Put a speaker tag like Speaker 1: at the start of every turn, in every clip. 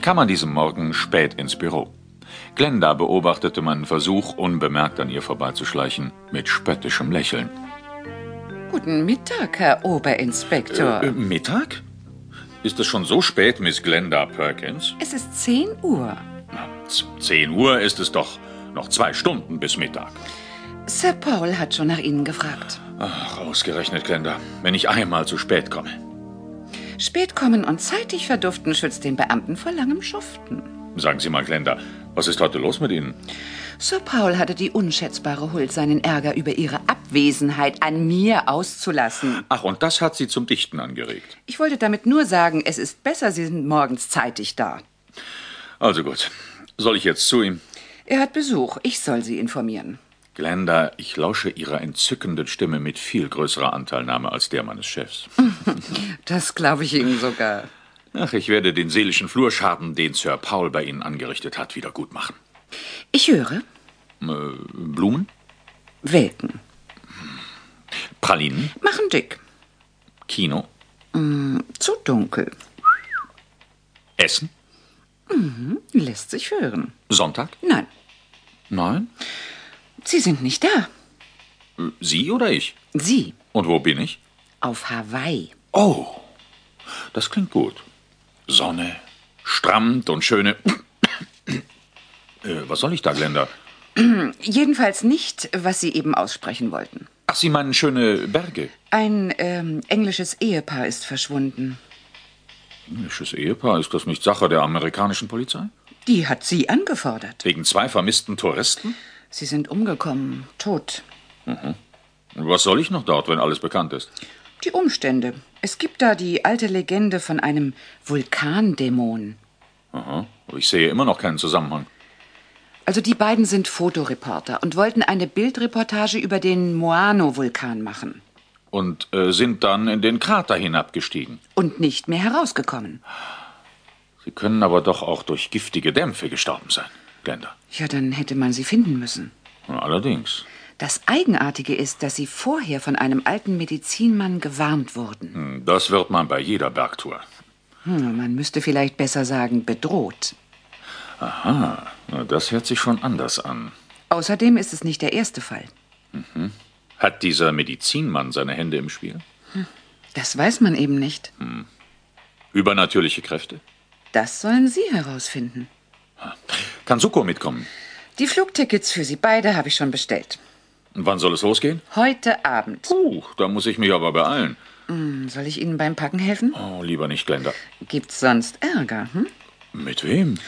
Speaker 1: kam an diesem Morgen spät ins Büro. Glenda beobachtete meinen Versuch, unbemerkt an ihr vorbeizuschleichen, mit spöttischem Lächeln.
Speaker 2: Guten Mittag, Herr Oberinspektor.
Speaker 1: Äh, Mittag? Ist es schon so spät, Miss Glenda Perkins?
Speaker 2: es ist 10 Uhr.
Speaker 1: Z- 10 Uhr ist es doch. Noch zwei Stunden bis Mittag.
Speaker 2: Sir Paul hat schon nach Ihnen gefragt.
Speaker 1: Ach, ausgerechnet, Glenda. Wenn ich einmal zu spät komme.
Speaker 2: Spät kommen und zeitig verduften schützt den Beamten vor langem Schuften.
Speaker 1: Sagen Sie mal, Glenda, was ist heute los mit Ihnen?
Speaker 2: Sir Paul hatte die unschätzbare Huld, seinen Ärger über ihre Abwesenheit an mir auszulassen.
Speaker 1: Ach, und das hat Sie zum Dichten angeregt.
Speaker 2: Ich wollte damit nur sagen, es ist besser, Sie sind morgens zeitig da.
Speaker 1: Also gut. Soll ich jetzt zu ihm?
Speaker 2: Er hat Besuch, ich soll Sie informieren.
Speaker 1: Glenda, ich lausche Ihrer entzückenden Stimme mit viel größerer Anteilnahme als der meines Chefs.
Speaker 2: Das glaube ich Ihnen sogar.
Speaker 1: Ach, ich werde den seelischen Flurschaden, den Sir Paul bei Ihnen angerichtet hat, wieder gut machen. Äh,
Speaker 2: Ich höre
Speaker 1: Blumen?
Speaker 2: Welken.
Speaker 1: Pralinen?
Speaker 2: Machen dick.
Speaker 1: Kino?
Speaker 2: Zu dunkel.
Speaker 1: Essen?
Speaker 2: Lässt sich hören.
Speaker 1: Sonntag?
Speaker 2: Nein,
Speaker 1: Nein.
Speaker 2: Sie sind nicht da.
Speaker 1: Sie oder ich?
Speaker 2: Sie
Speaker 1: Und wo bin ich?
Speaker 2: auf Hawaii.
Speaker 1: Oh, das klingt gut. Sonne, Strand und schöne. äh, was soll ich da, Glenda?
Speaker 2: Jedenfalls nicht, was Sie eben aussprechen wollten.
Speaker 1: Ach, Sie meinen schöne Berge.
Speaker 2: Ein ähm, englisches Ehepaar ist verschwunden.
Speaker 1: Englisches Ehepaar, ist das nicht Sache der amerikanischen Polizei?
Speaker 2: Die hat Sie angefordert.
Speaker 1: Wegen zwei vermissten Touristen?
Speaker 2: Sie sind umgekommen, tot.
Speaker 1: Was soll ich noch dort, wenn alles bekannt ist?
Speaker 2: Die Umstände. Es gibt da die alte Legende von einem Vulkandämon.
Speaker 1: Aha, ich sehe immer noch keinen Zusammenhang.
Speaker 2: Also die beiden sind Fotoreporter und wollten eine Bildreportage über den Moano-Vulkan machen.
Speaker 1: Und äh, sind dann in den Krater hinabgestiegen.
Speaker 2: Und nicht mehr herausgekommen.
Speaker 1: Sie können aber doch auch durch giftige Dämpfe gestorben sein, Glenda.
Speaker 2: Ja, dann hätte man sie finden müssen.
Speaker 1: Allerdings.
Speaker 2: Das Eigenartige ist, dass sie vorher von einem alten Medizinmann gewarnt wurden.
Speaker 1: hm, Das wird man bei jeder Bergtour.
Speaker 2: Hm, man müsste vielleicht besser sagen, bedroht.
Speaker 1: Aha, na, das hört sich schon anders an.
Speaker 2: Außerdem ist es nicht der erste Fall.
Speaker 1: Hat dieser Medizinmann seine Hände im Spiel?
Speaker 2: Das weiß man eben nicht.
Speaker 1: Übernatürliche Kräfte?
Speaker 2: Das sollen Sie herausfinden.
Speaker 1: Kann Suko mitkommen?
Speaker 2: Die Flugtickets für Sie beide habe ich schon bestellt.
Speaker 1: Und wann soll es losgehen?
Speaker 2: Heute Abend.
Speaker 1: Puh, da muss ich mich aber beeilen.
Speaker 2: Hm, Soll ich Ihnen beim Packen helfen?
Speaker 1: Oh, lieber nicht, Glenda.
Speaker 2: Gibt's sonst Ärger? Hm?
Speaker 1: Mit wem?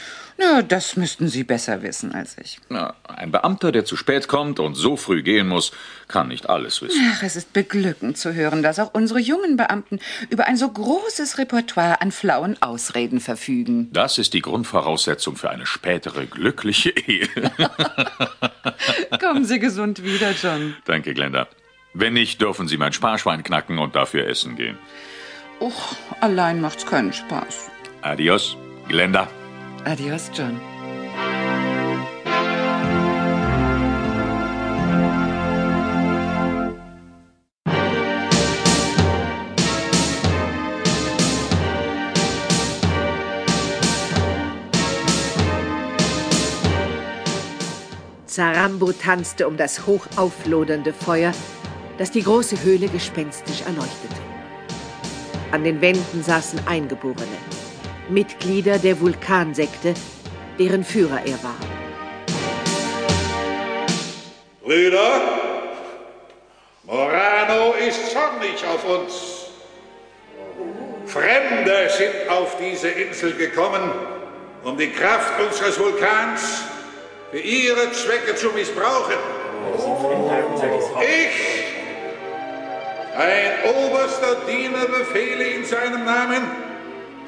Speaker 2: Na, das müssten Sie besser wissen als ich.
Speaker 1: Na, ein Beamter, der zu spät kommt und so früh gehen muss, kann nicht alles wissen.
Speaker 2: Ach, es ist beglückend zu hören, dass auch unsere jungen Beamten über ein so großes Repertoire an flauen Ausreden verfügen.
Speaker 1: Das ist die Grundvoraussetzung für eine spätere glückliche Ehe.
Speaker 2: Kommen Sie gesund wieder, John.
Speaker 1: Danke, Glenda. Wenn nicht, dürfen Sie mein Sparschwein knacken und dafür essen gehen.
Speaker 2: Och, allein macht's keinen Spaß.
Speaker 1: Adios, Glenda.
Speaker 2: Adios, John.
Speaker 3: Zarambo tanzte um das hochauflodernde Feuer, das die große Höhle gespenstisch erleuchtete. An den Wänden saßen Eingeborene, Mitglieder der Vulkansekte, deren Führer er war.
Speaker 4: Brüder, Morano ist zornig auf uns. Fremde sind auf diese Insel gekommen, um die Kraft unseres Vulkans für ihre Zwecke zu missbrauchen. Ich, ein oberster Diener, befehle in seinem Namen,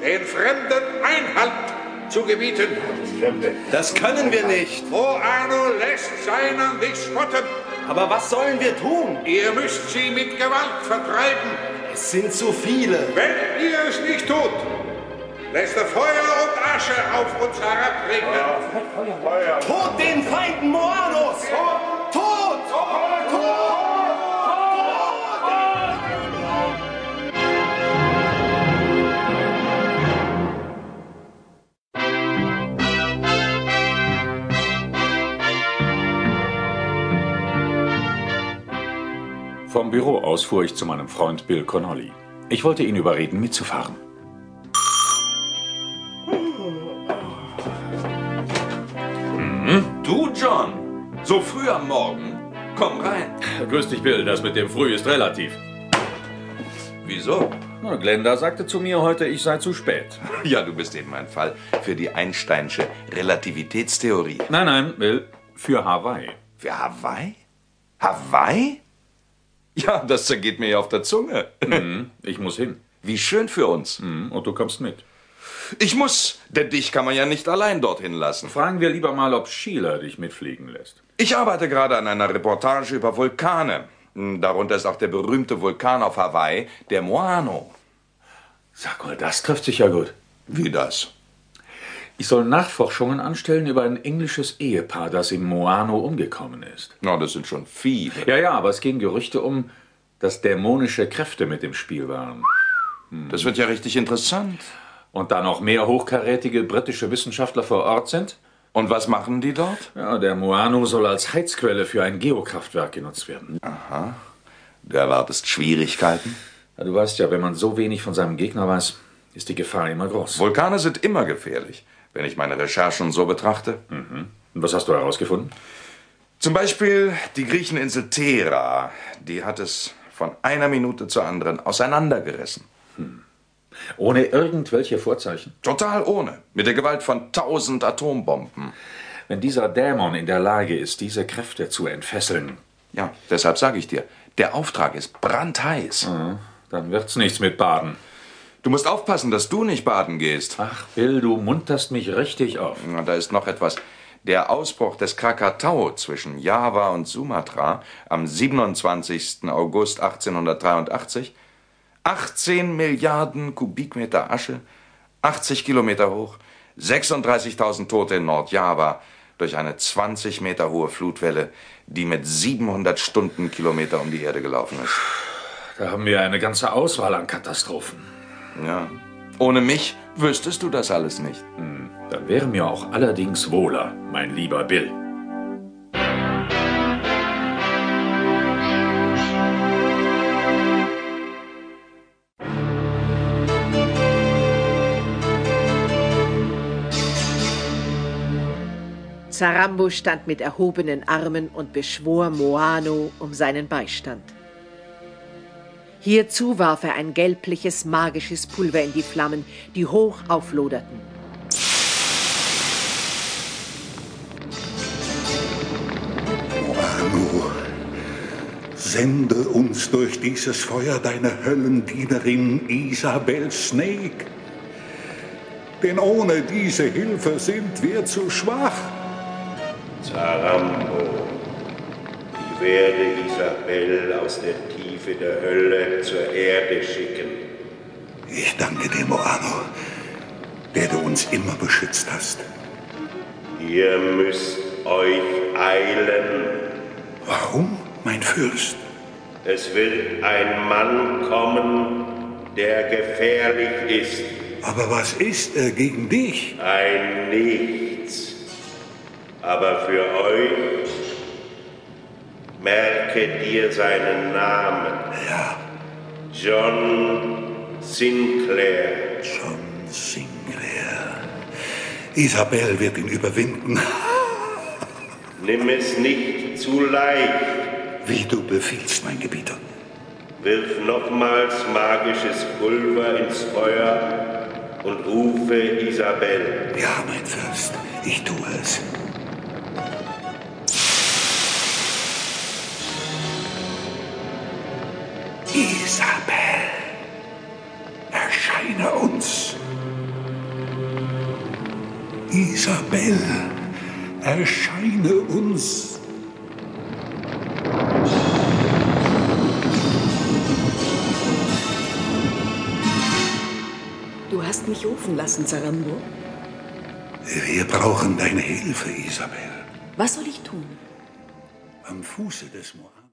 Speaker 4: den Fremden Einhalt zu gebieten.
Speaker 5: Das können wir nicht.
Speaker 4: Morano lässt seinen nicht spotten.
Speaker 5: Aber was sollen wir tun?
Speaker 4: Ihr müsst sie mit Gewalt vertreiben.
Speaker 5: Es sind zu viele.
Speaker 4: Wenn ihr es nicht tut, lässt er Feuer und Asche auf uns herabregnen.
Speaker 5: Tod den Feinden Moanos! Tod! Tod!
Speaker 1: Vom Büro aus fuhr ich zu meinem Freund Bill Connolly. Ich wollte ihn überreden, mitzufahren.
Speaker 6: Du, John, so früh am Morgen? Komm rein.
Speaker 1: Grüß dich, Bill. Das mit dem Früh ist relativ.
Speaker 6: Wieso?
Speaker 1: Na, Glenda sagte zu mir heute, ich sei zu spät.
Speaker 6: Ja, du bist eben ein Fall für die Einsteinsche Relativitätstheorie.
Speaker 1: Nein, nein, Bill. Für Hawaii.
Speaker 6: Für Hawaii? Hawaii? Ja, das zergeht mir ja auf der Zunge.
Speaker 1: Ich muss hin.
Speaker 6: Wie schön für uns.
Speaker 1: Hm, Und du kommst mit.
Speaker 6: Ich muss, denn dich kann man ja nicht allein dorthin lassen.
Speaker 1: Fragen wir lieber mal, ob Sheila dich mitfliegen lässt.
Speaker 6: Ich arbeite gerade an einer Reportage über Vulkane. Hm, Darunter ist auch der berühmte Vulkan auf Hawaii, der Moano.
Speaker 1: Sag mal, das trifft sich ja gut.
Speaker 6: Wie das?
Speaker 1: Ich soll Nachforschungen anstellen über ein englisches Ehepaar, das im Moano umgekommen ist.
Speaker 6: Na, das sind schon viele.
Speaker 1: Ja, ja, aber es gehen Gerüchte um, dass dämonische Kräfte mit im Spiel waren.
Speaker 6: Das wird ja richtig interessant.
Speaker 1: Und da noch mehr hochkarätige britische Wissenschaftler vor Ort sind?
Speaker 6: Und was machen die dort?
Speaker 1: Ja, der Moano soll als Heizquelle für ein Geokraftwerk genutzt werden.
Speaker 6: Du erwartest Schwierigkeiten.
Speaker 1: Ja, Du weißt ja, wenn man so wenig von seinem Gegner weiß, ist die Gefahr immer groß. Und
Speaker 6: Vulkane sind immer gefährlich, wenn ich meine Recherchen so betrachte.
Speaker 1: was hast du herausgefunden?
Speaker 6: Zum Beispiel die Griecheninsel Thera. Die hat es von einer Minute zur anderen auseinandergerissen.
Speaker 1: Ohne irgendwelche Vorzeichen.
Speaker 6: Total ohne. Mit der Gewalt von tausend Atombomben.
Speaker 1: Wenn dieser Dämon in der Lage ist, diese Kräfte zu entfesseln,
Speaker 6: Ja, deshalb sage ich dir, der Auftrag ist brandheiß.
Speaker 1: dann wird's nichts mit Baden.
Speaker 6: Du musst aufpassen, dass du nicht baden gehst.
Speaker 1: Ach, Bill, du munterst mich richtig auf.
Speaker 6: Na, Da ist noch etwas. Der Ausbruch des Krakatau zwischen Java und Sumatra am 27. August 1883, 18 Milliarden Kubikmeter Asche, 80 Kilometer hoch, 36.000 Tote in Nordjava durch eine 20 Meter hohe Flutwelle, die mit 700 Stundenkilometer um die Erde gelaufen ist.
Speaker 1: Da haben wir eine ganze Auswahl an Katastrophen.
Speaker 6: Ja. Ohne mich wüsstest du das alles nicht.
Speaker 1: Dann wäre mir auch allerdings wohler, mein lieber Bill.
Speaker 3: Sarambo stand mit erhobenen Armen und beschwor Moano um seinen Beistand. Hierzu warf er ein gelbliches, magisches Pulver in die Flammen, die hoch aufloderten.
Speaker 4: Anu, sende uns durch dieses Feuer deine Höllendienerin Isabel Snake. Denn ohne diese Hilfe sind wir zu schwach.
Speaker 7: Zarambo, ich werde Isabel aus der Tiefe der Hölle zur Erde schicken.
Speaker 4: Ich danke dir, Moano, der du uns immer beschützt hast.
Speaker 7: Ihr müsst euch eilen.
Speaker 4: Warum, mein Fürst?
Speaker 7: Es wird ein Mann kommen, der gefährlich ist.
Speaker 4: Aber was ist er gegen dich?
Speaker 7: Ein Nichts. Aber für euch merke dir seinen Namen.
Speaker 4: Ja,
Speaker 7: John Sinclair.
Speaker 4: John Sinclair. Isabel wird ihn überwinden,
Speaker 7: Nimm es nicht zu leicht.
Speaker 4: wie du befiehlst, mein Gebieter.
Speaker 7: Wirf nochmals magisches Pulver ins Feuer und rufe Isabel.
Speaker 4: Ja, mein Fürst, ich tue es. Isabel, erscheine uns. Isabel, erscheine uns.
Speaker 8: Du hast mich rufen lassen, Zarambo.
Speaker 4: Wir brauchen deine Hilfe, Isabel.
Speaker 8: Was soll ich tun?
Speaker 4: Am Fuße des Moan.